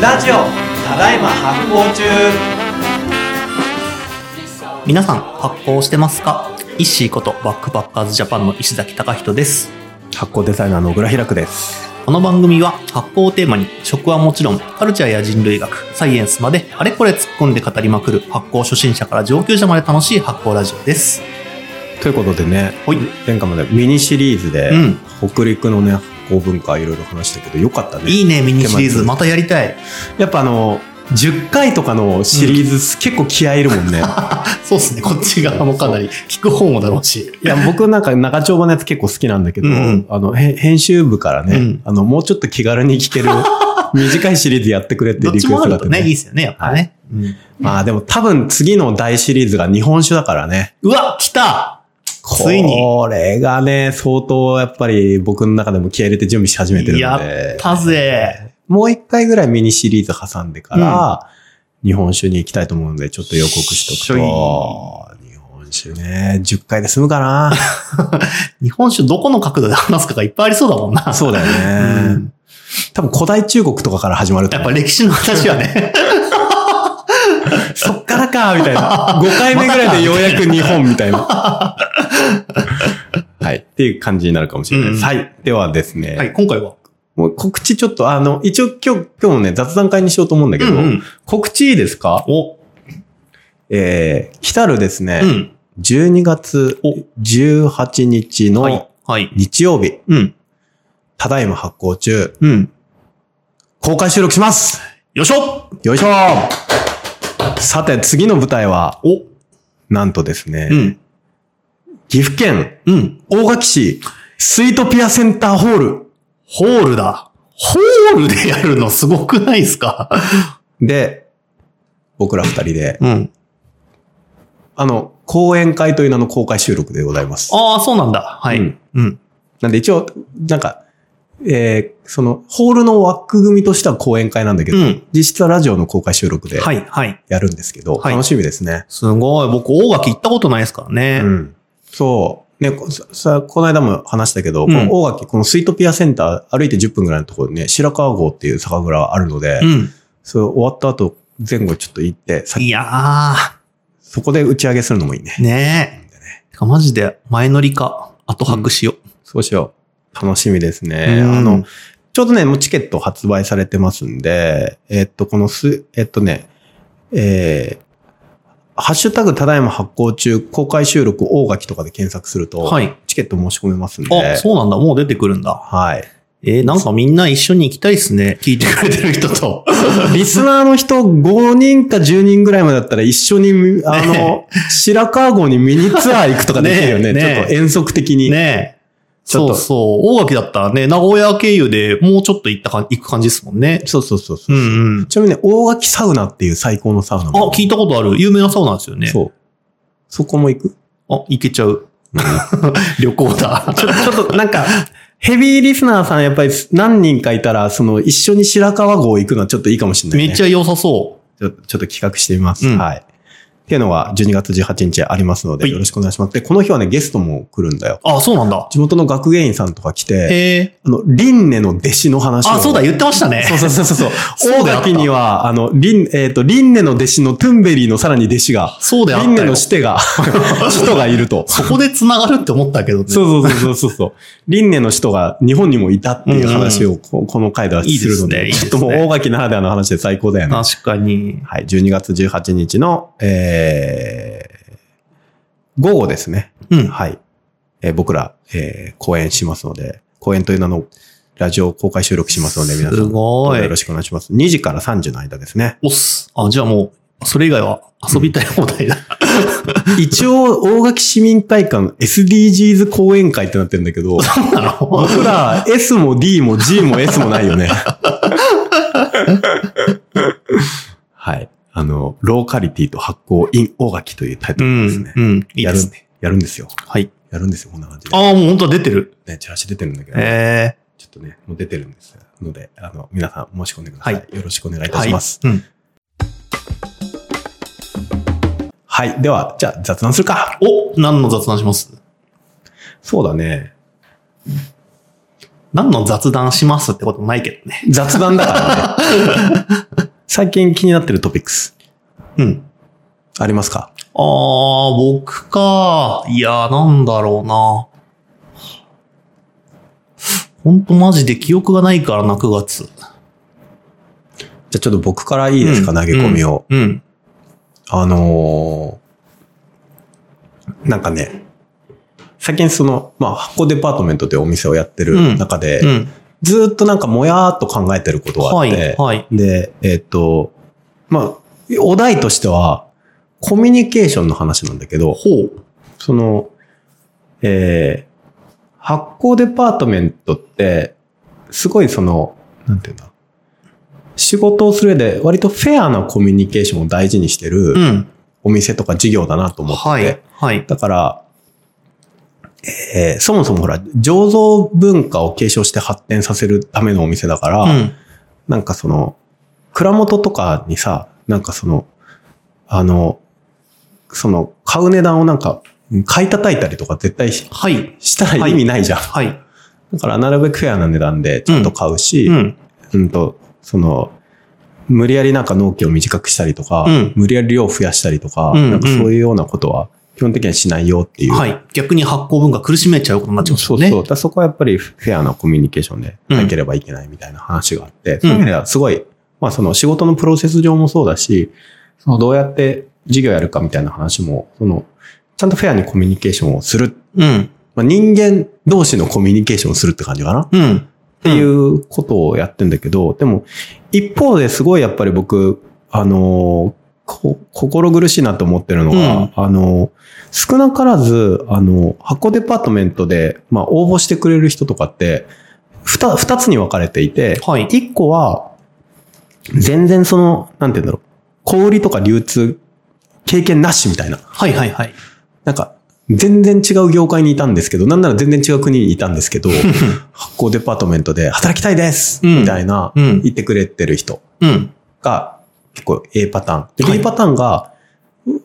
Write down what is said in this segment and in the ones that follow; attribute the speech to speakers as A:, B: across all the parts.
A: ラジオただいま発行中
B: 皆さん発行してますかイッシーことバックパッカーズジャパンの石崎隆人です
C: 発行デザイナーの小倉平久です。
B: この番組は発行をテーマに食はもちろんカルチャーや人類学サイエンスまであれこれ突っ込んで語りまくる発行初心者から上級者まで楽しい発行ラジオです
C: ということでね、
B: ほい
C: 前回までミニシリーズで、
B: うん
C: 北陸のね、発行文化いろいろ話したけど、よかったね。
B: いいねミニシリーズ
C: 手間
B: またやりたい
C: やっぱあの、10回とかのシリーズ、結構気合いるもん ね。
B: そうですねこっち側もかなり聞く方もだろうし
C: いや、僕なんか長丁場のやつ結構好きなんだけど、
B: うんうん
C: あの、へ編集部からね、
B: うん
C: あの、もうちょっと気軽に聞け る短いシリーズやってくれって
B: どっ
C: リ
B: ち
C: クエ
B: もあ
C: スト
B: る
C: だっ
B: と
C: た
B: ねいい
C: ね
B: で。すよねやっぱね、うん
C: まあでも多分次の大シリーズが日本酒だからね。
B: うわ来たついに
C: これがね、相当やっぱり僕の中でも気合い入れて準備し始めてる
B: や
C: の
B: っ
C: で、
B: たぜ
C: もう一回ぐらいミニシリーズ挟んでから、日本酒に行きたいと思うので、ちょっと予告しとくと、日本酒ね、10回で済むかな。
B: 日本酒どこの角度で話すかがいっぱいありそうだもんな
C: そうだよね。
B: うん
C: 多分古代中国とかから始まると
B: やっ
C: 思
B: ぱ
C: う。
B: 歴史の話はね、
C: そっからか、みたい な。5回目ぐらいでようやく日本みたいな。 はい。っていう感じになるかもしれないです。
B: うん
C: はい。ではですね。
B: はい、今回は。
C: もう告知ちょっと、あの、一応今日、今日もね、雑談会にしようと思うんだけど、
B: うん
C: 告知いいですか
B: お、
C: えー、来たるですね、
B: うん。
C: 12月18日
B: はい
C: の。
B: はい。
C: 日曜日、
B: うん。
C: ただいま発行中、
B: うん。
C: 公開収録します
B: よいしょ
C: よいしょさて、次の舞台は、
B: お、
C: なんとですね、
B: うん。
C: 岐阜県
B: うん。
C: 大垣市スイートピアセンターホー
B: ホールだ。ホールでやるのすごくないですか
C: ルで、僕ら二人で、
B: うん。
C: あの、講演会という名の公開収録でございます。
B: ああ、そうなんだ。はい。う
C: うんん。
B: うん。
C: なんで一応、なんか、えーその、ホールの枠組みとしては講演会なんだけど、実質はラジオの公開収録で
B: はい、はい。
C: やるんですけど、
B: はい
C: 楽しみですね。
B: すごい。僕、大垣行ったことないですからね。
C: うん。そう。ね、こささ、この間も話したけど、
B: うん
C: この大垣、このスイートピアセンター、歩いて10分ぐらいのところにね、白川郷っていう酒蔵あるので、
B: うん。
C: それ終わった後、前後ちょっと行って、さ
B: いや
C: そこで打ち上げするのもいいね。
B: ー、ねえ。てか、マジで、前乗りか、後泊しよ
C: そうしよう。楽しみです
B: う。
C: ね。
B: うん
C: あの、、ちょうどね、もうチケット発売されてますんで、えっと、このす、えっとね、えー、ハッシュタグただいま発行中、公開収録大垣とかで検索すると、
B: はい。
C: チケット申し込めますんで。
B: あ、そうなんだ。もう出てくるんだ。
C: はい。
B: えー、なんかみんな一緒に行きたいっすね。聞いてくれてる人と。
C: リスナーの人5人か10人ぐらいまでだったら一緒に、あの、白川郷にミニツアー行くとかできるよね。
B: ねえねえ
C: ちょっと遠足的に。
B: ねえ。
C: ちょ
B: そう
C: っと
B: そう。大垣だったらね、名古屋経由でもうちょっと行ったか、行く感じですもんね。
C: そうそうそうそうう、
B: んうん。
C: ちなみにね、大垣サウナっていう最高のサウナ
B: あ、
C: も
B: 聞いたことある。有名なそうなんですよね。
C: そう。そこも行く
B: あ、行けちゃう。 旅行だ。
C: ちょちょっとなん か、ヘビーリスナーさんやっぱり何人かいたら、その一緒に白川郷行くのはちょっといいかもしれない、
B: め
C: ね。
B: っちゃ良さそ
C: ちょっとちょっと企画してみます。
B: うん
C: はい。っていうのは12月18日ありますの
B: は
C: で、
B: い
C: よろしくお願いします。で、この日はね、ゲストも来るんだよ。
B: う。あ、そうなんだ。
C: 地元の学芸員さんとか来て、
B: へえ。
C: あの、リンネの弟子の話を。
B: あ、そうだ、言ってましたね。
C: そうそうそうそう。
B: そう
C: 大
B: だった
C: 垣には、あの、リン、えっ、と、リンネの弟子のトゥンベリーのさらに弟子が、
B: そうであ
C: リ
B: っ
C: ン
B: た
C: ネの
B: よ。
C: 師弟 が、人がいると。
B: そこで繋がるって思ったけどね。
C: そうそうそうそうそう。輪廻の人が日本にもいたっていう話をこ,、この回ではするので、
B: いいですねいいです
C: ち
B: ね
C: ょっともう大垣ならではの話で最高だよね。
B: 確かに。
C: はい、12月18日の、えー、午後ですね。
B: うん。
C: はい。えー僕ら、えー、講演しますので、講演という名のラジオ公開収録しますので、皆さん。
B: すごい。
C: どうぞよろしくお願いします。2時から3時の間ですね
B: おっす。あ、じゃあもう、それ以外は遊びたい放題だ。
C: 一応、大垣市民会館 SDGs 講演会ってなってるんだけ ど、
B: そうなの
C: 僕ら S も D も G も S もないよね。 はい。あの、ローカリティと発行 in 大垣というタイ
B: う
C: トルです
B: ん
C: ね。。
B: うん。いいですね。
C: やるんですよ。
B: はい。
C: やるんですよ、こんな感じで。
B: ああ、もう本当は出てる。
C: ね、チラシ出てるんだけど、
B: ええ。
C: ちょっとね、もう出てるんですので、あの、皆さん申し込んでください。
B: は
C: よろしくお願いいたします。
B: はい。うん。
C: はい。では、じゃあ雑談するか。
B: お何の雑談します
C: そうだね。
B: 何の雑談しますってこともないけどね。
C: 雑談だからね。 最近気になってるトピックス、
B: うん。
C: ありますか
B: あー、僕か。いやー、なんだろうな。ほんとマジで記憶がないからな、9月。
C: じゃあちょっと僕からいいですか、
B: うん
C: 投げ込みを。
B: うん。
C: あのーなんかね、最近その、まあ、箱デパートメントでお店をやってる中で、
B: うん。
C: ずーっとなんかもやーっと考えてることがあ
B: は
C: って、
B: い、はい。
C: で、えっ、と、まあ、お題としては、コミュニケーションの話なんだけど、
B: ほう。
C: その、えー発行デパートメントって、すごいその、なんていうんだ、仕事をする上で割とフェアなコミュニケーションを大事にしてる
B: うん。
C: お店とか事業だなと思ってて、
B: はい、はい。
C: だから、えーそもそもほら、醸造文化を継承して発展させるためのお店だから、
B: うん。
C: なんかその、蔵元とかにさ、なんかその、あの、その、買う値段をなんか、買い叩いたりとか絶対し
B: はい。
C: したら意味ないじゃん。
B: はい。
C: だから、なるべくフェアな値段でちゃんと買うし、う、
B: うんん。
C: と、その、無理やりなんか納期を短くしたりとか、
B: うん
C: 無理やり量を増やしたりとか、
B: うん
C: なんかそういうようなことは基本的にはしないよっていう。
B: はい。逆に発行文化苦しめちゃうことになっちゃうんです
C: そ
B: よ
C: う
B: ね。
C: そう。だからそこはやっぱりフェアなコミュニケーションでなければいけないみたいな話があって、そういう意味ではすごい、まあその仕事のプロセス上もそうだし、そのどうやって事業やるかみたいな話も、その、ちゃんとフェアにコミュニケーションをする。
B: うん。
C: まあ、人間同士のコミュニケーションをするって感じかなっ
B: うん。
C: ていうことをやってんだけど、でも、一方ですごいやっぱり僕、あのーこ心苦しいなと思ってるのが、
B: うん
C: あのー、少なからず、あのー、箱デパートメントで、まあ、応募してくれる人とかって、ふた、二つに分かれていて、
B: はい
C: 一個は、全然その、なんて言うんだろう、小売りとか流通、経験なしみたいな。
B: はい、はい、はい。
C: なんか、全然違う業界にいたんですけど、なんなら全然違う国にいたんです けど、発行デパートメントで働きたいです、
B: うん
C: みたいな、
B: うん
C: 言ってくれてる人
B: うん。
C: が結構 A パターン。で
B: はい
C: B パターンが、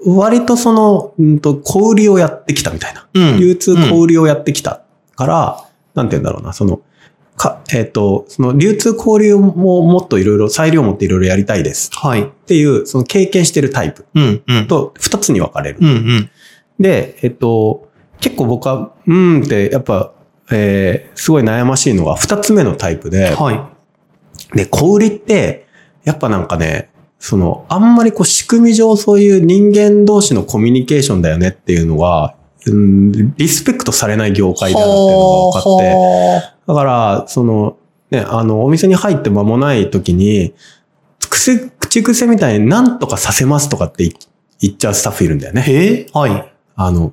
C: う割とその、うんと、小売りをやってきたみたいな。
B: うん。
C: 流通
B: うん
C: 小売りをやってきたから、なんて言うんだろうな、その、か、えっ、と、その流通小売りをももっといろいろ、裁量を持っていろいろやりたいです
B: はい。
C: っていう、その経験してるタイプ
B: うん、うん。
C: と二つに分かれる。
B: うん、うん。
C: で、えっと、結構僕は、うーんって、やっぱ、えーすごい悩ましいのが、二つ目のタイプで、
B: は
C: で、小売りって、やっぱなんかね、その、あんまりこう、仕組み上そういう人間同士のコミュニケーションだよねっていうのは、うん、リスペクトされない業
B: い。
C: 界だなっていうのが分かって、
B: はあ
C: だから、その、ね、あの、お店に入って間もない時に、癖、口癖みたいになんとかさせますとかって言言っちゃうスタッフいるんだよね。
B: えはい。
C: あの、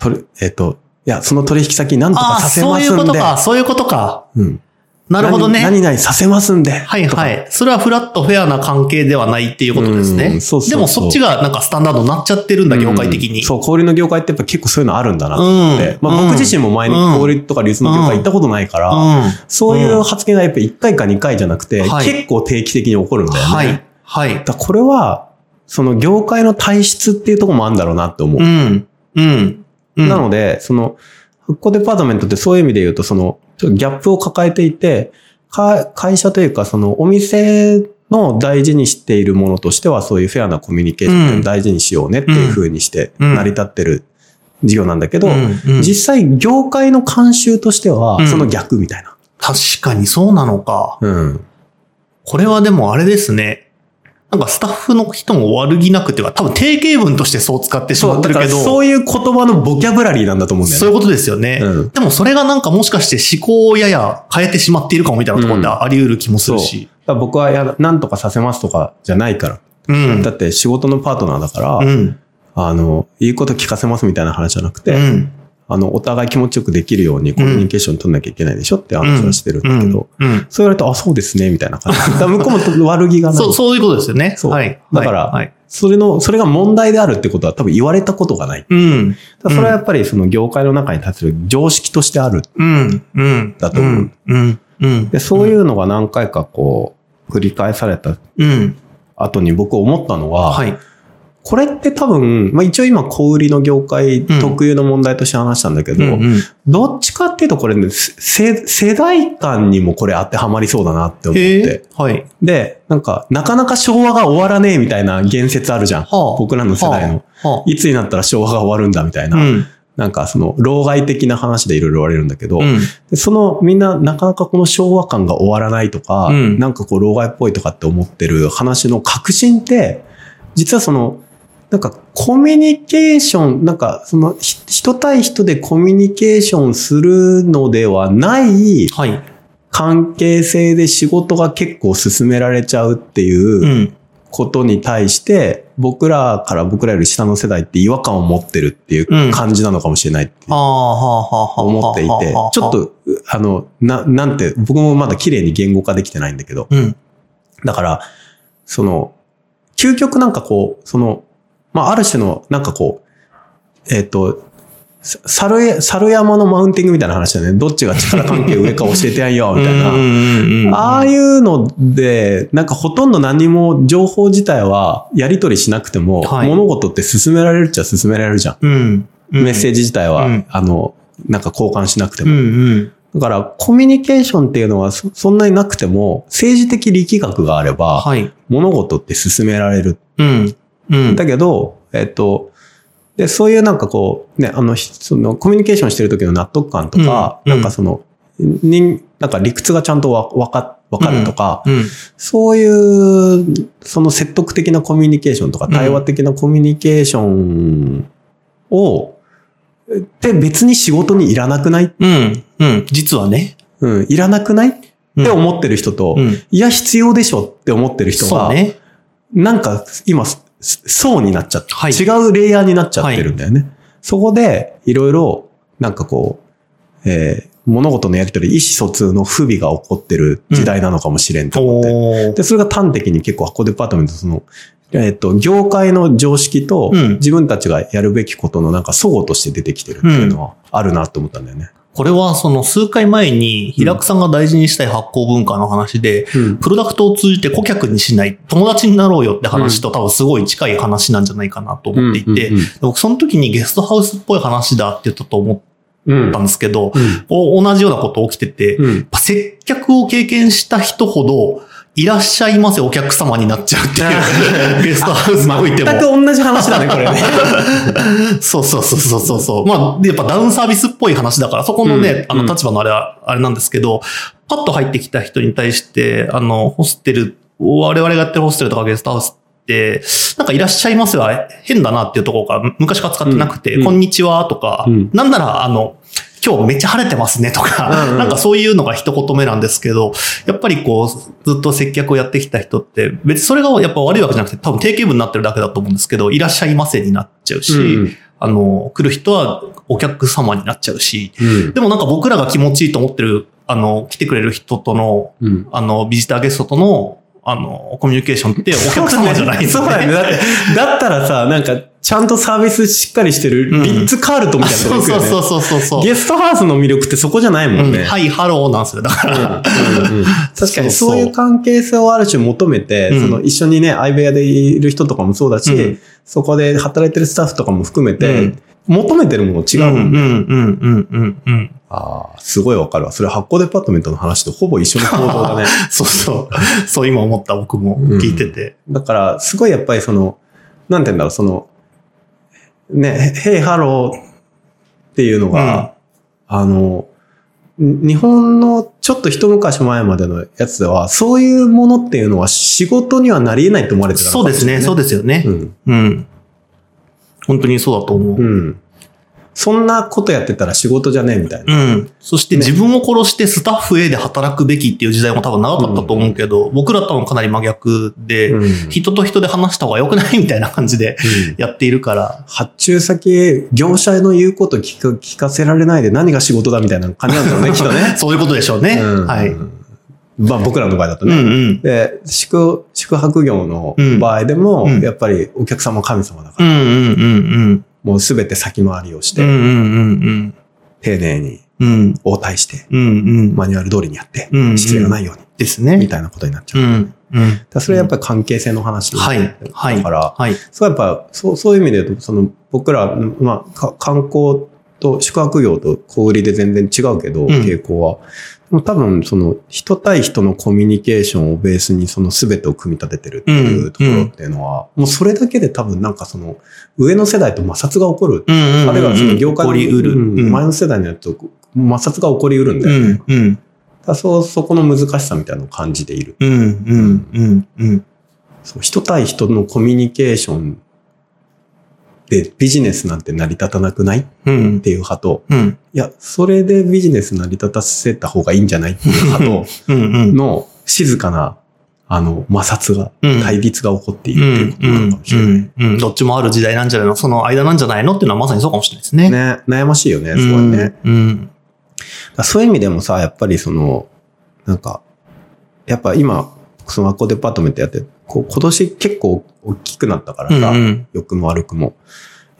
C: とる、えっ、と、いや、その取引先なんと
B: あ
C: か
B: あー、
C: させ
B: そ
C: ま
B: うい
C: す
B: うんこと
C: で。
B: か、そういうことか。
C: うん。
B: なるほどね。
C: 何何々させますんで。
B: はいはい。それはフラットフェアな関係ではないっていうことです
C: う
B: ね。
C: んそうそうそう
B: でもそっちがなんかスタンダードになっちゃってるんだ、業界的
C: う
B: に。
C: んそう、小売りの業界ってやっぱ結構そういうのあるんだなと思って。
B: うん
C: まあ、
B: うん
C: 僕自身も前に
B: うん
C: 小売りとか流通の業界行ったことないから、
B: うん。
C: そういう発言がやっぱ1回か2回じゃなくて、
B: はい
C: 結構定期的に起こるんだよね。
B: は
C: だ
B: い
C: か。
B: はい。
C: らこれは、その業界の体質っていうところもあるんだろうなって思う。
B: うん。うん。うん
C: なので、その、発行デパートメントってそういう意味で言うと、その、ちょっとギャップを抱えていて、か会社というか、その、お店の大事にしているものとしては、そういうフェアなコミュニケーションを大事にしようねっていう風にして、
B: うん
C: 成り立ってる事業なんだけど、
B: うんうん
C: 実際、業界の慣習として
B: う
C: は、
B: ん
C: その逆みたいな。
B: 確かにそうなのか。
C: うん。
B: これはでもあれですね。なんかスタッフの人も悪気なくては、多分定型文としてそう使ってし
C: そ
B: ま
C: う、
B: ってる
C: だ
B: け
C: から
B: ど、
C: そういう言葉のボキャブラリーなんだと思うんだよね。
B: そういうことですよね。
C: うん
B: でもそれがなんかもしかして思考をやや変えてしまっているかもみたいなところってあり得る気もするし。
C: だから僕はや、なんとかさせますとかじゃないから。
B: うん。
C: だって仕事のパートナーだから、
B: うん。
C: あの、言うこと聞かせますみたいな話じゃなくて、
B: うん。
C: あの、お互い気持ちよくできるようにコミュニケーション取んなきゃいけないでしょって話はしてるんだけど、
B: うんうん
C: そう言われると、あ、そうですね、みたいな感 じ。だから向こうも悪気がない。
B: そう、そういうことですよね。
C: そう
B: はい。
C: だから
B: はい。
C: それの、それが問題であるってことは多分言われたことがない。
B: うん。
C: だからそれはやっぱりその業界の中に対する常識としてある。
B: うん。うん。
C: だと思う。
B: うん。うん。
C: で、そういうのが何回かこう、繰り返された
B: うん。
C: 後に僕思ったのは、
B: はい。
C: これって多分、まあ一応今小売りの業界特有の問題として話したんだけど、
B: うんうん
C: どっちかっていうとこれね、せ世代間にもこれ当てはまりそうだなって思っ
B: へ
C: て
B: え。。はい。
C: で、なんか、なかなか昭和が終わらねえみたいな言説あるじゃん。
B: はあ
C: 僕らの世代の。
B: はい
C: つになったら昭和が終わるんだみたい
B: あ。
C: な。
B: うん。
C: なんかその、老害的な話でいろいろ言われるんだけど、
B: うん。
C: でそのみんななかなかこの昭和感が終わらないとか、
B: うん
C: なんかこう老害っぽいとかって思ってる話の核心って、実はその、なんかコミュニケーション、なんかそのひ人対人でコミュニケーションするのではない
B: はい。。
C: 関係性で仕事が結構進められちゃうっていううんことに対して、僕らから僕らより下の世代って違和感を持ってるっていう感じなのかもしれないっていう
B: はあ、はあ、はあ、
C: 思っていて、ちょっ
B: と、
C: と、うあの、な、なんて、僕もまだ綺麗に言語化できてないんだけど、
B: うん。
C: だから、その、究極なんかこう、その、まあ、ある種の、なんかこう、えっ、と、さ猿や、猿山のマウンティングみたいな話だよね。どっちが力関係上か教えてやんよ、みたいな。
B: な
C: ああ
B: う
C: いうので、なんかほとんど何も情報自体はやり取りしなくても、
B: はい
C: 物事って進められるっちゃ進められるじゃん。
B: ん、うん。
C: メッセー
B: ジ
C: ジ自体は、
B: うん
C: あの、なんか交換しなくて
B: うん
C: も。
B: うん。
C: だから、コミュニケーションっていうのはそそんなになくても、政治的力学があれば、
B: はい。
C: 物事って進められる。
B: うん。うん。
C: だけど、えっと、で、そういうなんかこう、ね、あの、ひその、コミュニケーションしてる時の納得感とか、
B: うん
C: なんかその、人、なんか理屈がちゃんとわ、わか、わかるとか、
B: うん。
C: そういう、その説得的なコミュニケーションとか、
B: うん
C: 対話的なコミュニケーションを、って別に仕事にいらなくない
B: うん。うん。実はね。
C: うん、いらなくないっ
B: うん
C: て思ってる人と、
B: うん。
C: いや、必要でしょって思ってる人
B: そう
C: が、
B: ね。
C: なんか今、そそうになっちゃって、
B: はい
C: 違うレイヤーになっちゃってるんだよね。そこで、いろいろ、なんかこう、えー物事のやりとり、意思疎通の不備が起こってる時代なのかもしれんと思って。
B: おー
C: で、それが端的に結構箱デパートメントその、えっと、業界の常識と
B: うん
C: 自分たちがやるべきことのなんか齟齬として出てきてるっていうのはあるなと思ったんだよね。
B: これは、その数回前に、平久さんが大事にしたい発行文化の話で、プロダクトを通じて顧客にしない、友達になろうよって話と多分すごい近い話なんじゃないかなと思っていて、で僕その時にゲストハウスっぽい話だって言ったと思
C: うん
B: ったんですけど、お同じようなこと起きてて、やっぱ接客を経験した人ほど、いらっしゃいませお客様になっちゃう っていう、ゲストハウスにおいて
C: 全く
B: も。
C: 同じ話だね、これね。
B: そうそうそうそうそうそう。まあ、でやっぱダウンサービスっぽい話だから、そこのね、
C: うん
B: あ
C: うん
B: の立場のあれは、あれなんですけど、パッと入ってきた人に対して、あの、ホステル、我々がやってるホステルとかゲストハウスって、なんかいらっしゃいませは変だなっていうところから昔から使ってなくて、
C: うん
B: こんにちはとか、
C: うん
B: なんならあの、今日めっちゃ晴れてますねとか、
C: うんうん
B: なんかそういうのが一言目なんですけど、やっぱりこう、ずっと接客をやってきた人って、別にそれがやっぱ悪いわけじゃなくて、多分定型文になってるだけだと思うんですけど、いらっしゃいませになっちゃうし、あの、来る人はお客様になっちゃうし、でもなんか僕らが気持ちいいと思ってる、あの、来てくれる人との、あの、ビジターゲストとの、あの、コミュニケーションってお客様じゃないです
C: そうだよね。だって、だったらさ、なんか、ちゃんとサービスしっかりしてる、
B: うん
C: リッツ・カールトンみたいなと
B: そ
C: こ行
B: う
C: く
B: そ
C: よね
B: うそうそうそうそう。
C: ゲストハウスの魅力ってそこじゃないもん
B: うん
C: ね。
B: はい、ハローなんですよ。だから、
C: うんうん確かに
B: そう
C: そういう関係性をある種求めて、
B: うん
C: その一緒にね、相部屋でいる人とかもそうだし、
B: うん
C: そこで働いてるスタッフとかも含めて、
B: うん
C: 求めてるもの違うもんね。
B: うんうんうんうんうんうん。
C: ああ、すごいわかるわ。それ発行デパートメントの話とほぼ一緒の行動 だね。
B: そうそう。そう今思った僕も聞いてて。
C: だから、すごいやっぱりその、なんて言うんだろう、その、ね、ヘイハローっていうのが、あの、ん日本のちょっと一昔前までのやつでは、そういうものっていうのは仕事にはなり得ないと思われてたのか
B: そう
C: も
B: です
C: しれな
B: ね、
C: い
B: そうですよね。
C: うん。
B: うん。本当にそうだと思う。
C: うん。そんなことやってたら仕事じゃねえみたいな。
B: うん。そして
C: ね
B: 自分を殺してスタッフ A で働くべきっていう時代も多分長かったと思うけど、僕ら多分かなり真逆で、
C: うん
B: 人と人で話した方が良くないみたいな感じで
C: うん
B: やっているから。
C: 発注先、業者の言うこと聞か聞かせられないで何が仕事だみたいな感じなんだろう ね、きっとね。
B: そういうことでしょうね。
C: うん
B: はい。う。
C: まあ僕らの場合だと
B: んう
C: ね。
B: ん。
C: で、宿、宿泊業の場合でも、
B: うん
C: やっぱりお客様は神様だか
B: う
C: ら、
B: んうんうんうん。
C: もうすべて先回りをし
B: う
C: て、
B: んうんうん
C: 丁寧に
B: うん。うん
C: 応対して、
B: うんうん。
C: マニュアル通りにやって、
B: うんうん
C: 失礼がないように、
B: ですね
C: み。たいなことになっちゃ
B: う
C: う。
B: ん。うん。
C: だからそれはやっぱり関係性の話になってくる
B: はいはい
C: だから、
B: はい。
C: そうやっぱ、そう、そういう意味で言うと、その、僕ら、まあ、か観光と宿泊業と小売りで全然違うけど、
B: ん
C: 傾向は。もう多分、その、人対人のコミュニケーションをベースに、その全てを組み立ててるってい
B: うん
C: うところっていうのは、もうそれだけで多分なんかその、上の世代と摩擦が起こる。
B: うんうんうんうん。
C: あるいはその業界の
B: 起こりうる。
C: うん
B: うん
C: 前の世代のやつと摩擦が起こりうるんだよね。だか
B: うん。うん。
C: らそう、そこの難しさみたいなのを感じている。
B: うん、うん、うん、うん。
C: そう人対人のコミュニケーションでビジネスなんて成り立たなくないっ
B: うん、
C: ていう派と、
B: うん、
C: いや、それでビジネス成り立たせた方がいいんじゃないっていう派
B: うん、う
C: と
B: ん。
C: の静かな、あの、摩擦が、
B: うん
C: 対立が起こっていうるっていうことなのかもしれない。
B: ん、うん。どっちもある時代なんじゃないのその間なんじゃないのっていうのはまさにそうかもしれないですね。
C: ね、悩ましいよね、
B: う
C: そこは
B: ん
C: ね。だか
B: うん。
C: らそういう意味でもさ、やっぱりその、なんか、やっぱ今、その学校デパートメントやって、こう今年結構大きくなったから
B: う
C: さ、
B: ん、うん。
C: 良くも悪くも。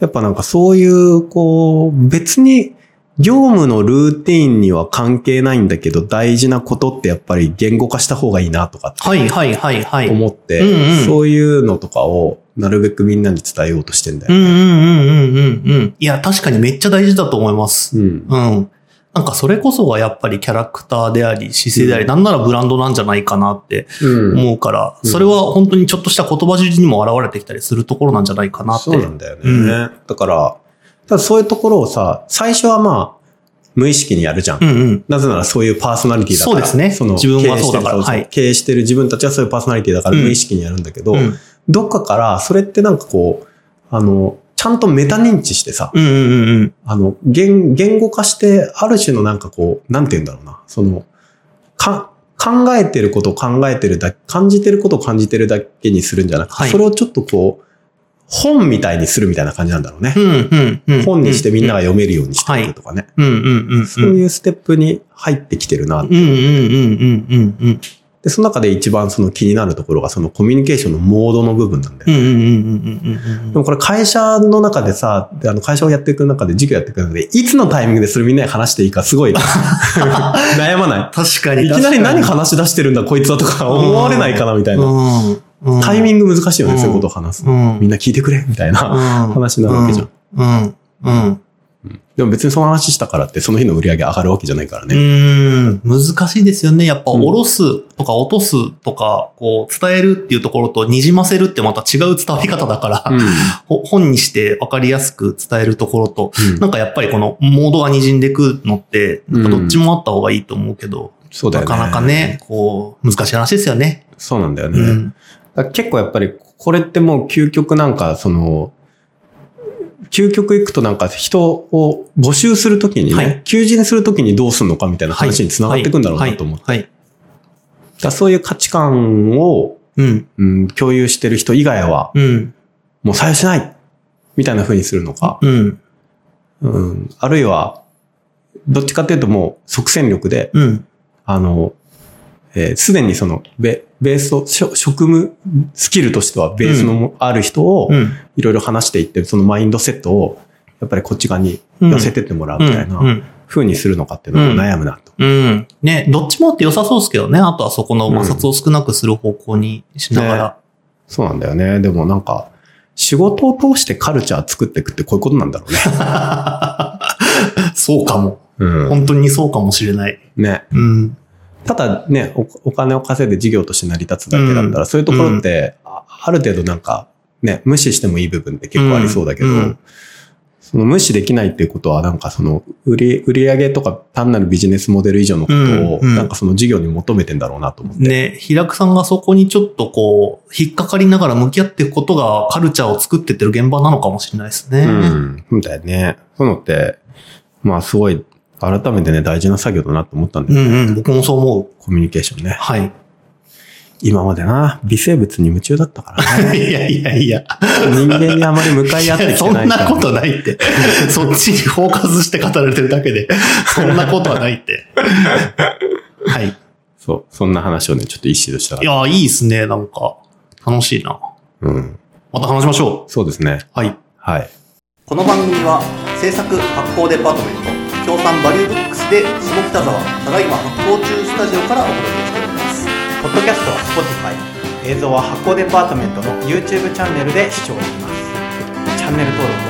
C: やっぱなんかそういう、こう、別に、業務のルーティンには関係ないんだけど、大事なことってやっぱり言語化した方がいいなとかって
B: はい、はい、はい、はい。うん、
C: 思って、
B: うんうん
C: そういうのとかをなるべくみんなに伝えようとしてんだ
B: う
C: よ。
B: ん、うん、うん、うん、うん。いや、確かにめっちゃ大事だと思います。
C: うん。
B: うん。なんかそれこそがやっぱりキャラクターであり、姿勢であり、なんならブランドなんじゃないかなって
C: うん。
B: 思うから、
C: うん
B: それは本当にちょっとした言葉尻にも現れてきたりするところなんじゃないかなって。
C: そうなんだよね。
B: うん
C: だから、ただそういうところをさ、最初はまあ、無意識にやるじゃん。
B: うんうん。
C: なぜならそういうパーソナリティだから。
B: そうですね
C: の
B: 自分はそうだから
C: 経営して
B: は
C: る
B: い
C: 経営してる自分たちはそういうパーソナリティだから
B: うん
C: 無意識にやるんだけど、
B: うん
C: どっかから、それってなんかこう、あの、ちゃんとメタ認知してさ、
B: うんうんうん
C: あの、言、言語化して、ある種のなんかこう、なんて言うんだろうな、その、か、考えてることを考えてるだけ、感じてることを感じてるだけにするんじゃなくて、
B: はい
C: それをちょっとこう、本みたいにするみたいな感じなんだろうね。
B: うん。うんうんうん。
C: 本にしてみんなが読めるようにしていくとかね。
B: うんうんうん。
C: そういうステップに入ってきてるな。
B: うんうんうんうんうんうん。
C: で、その中で一番その気になるところが、そのコミュニケーションのモードの部分なんだよね
B: うんうんうんうんうん
C: でもこれ会社の中でさ、あの会社をやっていく中で、事業やっていく中で、いつのタイミングでそれみんなに話していいか すごい悩まな
B: 確か
C: い。
B: に。
C: いきなり何
B: か
C: 話し出してるんだこいつはとか
B: うん
C: 思われないかなみたいな。
B: な
C: タイミ
B: ン
C: ング難しいよね、
B: うん
C: そういうことを話す
B: う
C: の。
B: ん。
C: みんな聞いてくれみたいな
B: 話
C: 話になるわけじゃん。。
B: うん。うん。
C: でも別にその話したからって、その日の売り上げ上がるわけじゃないから
B: う
C: ね。
B: ん。難しいですよね。やっぱ、
C: うん
B: おろすとか落とすとか、こう、伝えるっていうところと、にじませるってまた違う伝わり方だから、
C: うん
B: ほ本にして分かりやすく伝えるところと、
C: う
B: なんんかやっぱりこのモードが滲んでくのって、
C: うん
B: どっちもあった方がいいと思うけど、
C: そうだよ
B: な
C: ね。
B: かなかね、。こう、難しい話ですよね。
C: そうなんだよ
B: う
C: ね。
B: ん。
C: だから結構やっぱり、これってもう究極なんか、その、究極いくとなんか人を募集するときにね、
B: はい
C: 求人するときにどうするのかみたいな話につながっていくんだろうなと思う。だか
B: はい。はい
C: らそういう価値観を、
B: うん。
C: うん、共有してる人以外は、
B: うん。
C: もう採用しないみたいな風にするのか、
B: うん。
C: うん、あるいは、どっちかっていうともう即戦力で、
B: うん。
C: あの、えーすでにそのベ、ベースを、しょ職務スキルとしてはベースのもある人を、
B: うん。
C: いろいろ話していって、そのマインドセットを、やっぱりこっち側に寄せてってもらうみたい
B: うんう。
C: なん風にするのかっていうのも悩むなと。
B: うん。ね、どっちもあって良さそうですけどね。あとはそこの摩擦を少なくする方向にしながら。
C: そうなんだよね。でもなんか、仕事を通してカルチャー作っていくってこういうことなんだろうね。
B: そうかも。
C: う
B: 本当にそうかもしれない。
C: ん。ね。
B: うん。
C: ただねお、お金を稼いで事業として成り立つだけだったら、
B: うん
C: そういうところって、あある程度なんか、ね、無視してもいい部分って結構ありそうだけど、
B: うんうん
C: その無視できないっていうことは、なんかその、売り、売り上げとか単なるビジネスモデル以上のことを、
B: うんうん
C: なんかその事業に求めてんだろうなと思って
B: ね、平久さんがそこにちょっとこう、引っかかりながら向き合っていくことがカルチャーを作ってってる現場なのかもしれないですね。
C: うん。そうだよね。そういうのって、まあすごい、改めてね、大事な作業だなと思ったんだ
B: う
C: よね。
B: んうん、僕もそう思う。
C: コミュニケーションね。
B: はい。
C: 今までな、微生物に夢中だったからね。
B: いやいやいや。
C: 人間にあまり向かい合ってき
B: そ
C: てない
B: ん
C: か
B: な
C: ら。
B: ことないって。そっちにフォーカスして語られてるだけで、そんなことはないって。はい。い
C: そう、そんな話をね、ちょっと一思としたかった。
B: や、いいですね、なんか。楽しいな。
C: うん。
B: また話しましょ
C: そうですね。
B: う。はい。
C: はい。
A: この番組は制作発行デパートメント協賛バリューブックスで下北沢ただいま発行中スタジオからお届けしておりますポッドキャストは Spotify 映像は発行デパートメントの YouTube チャンネルで視聴できますチャンネル登録を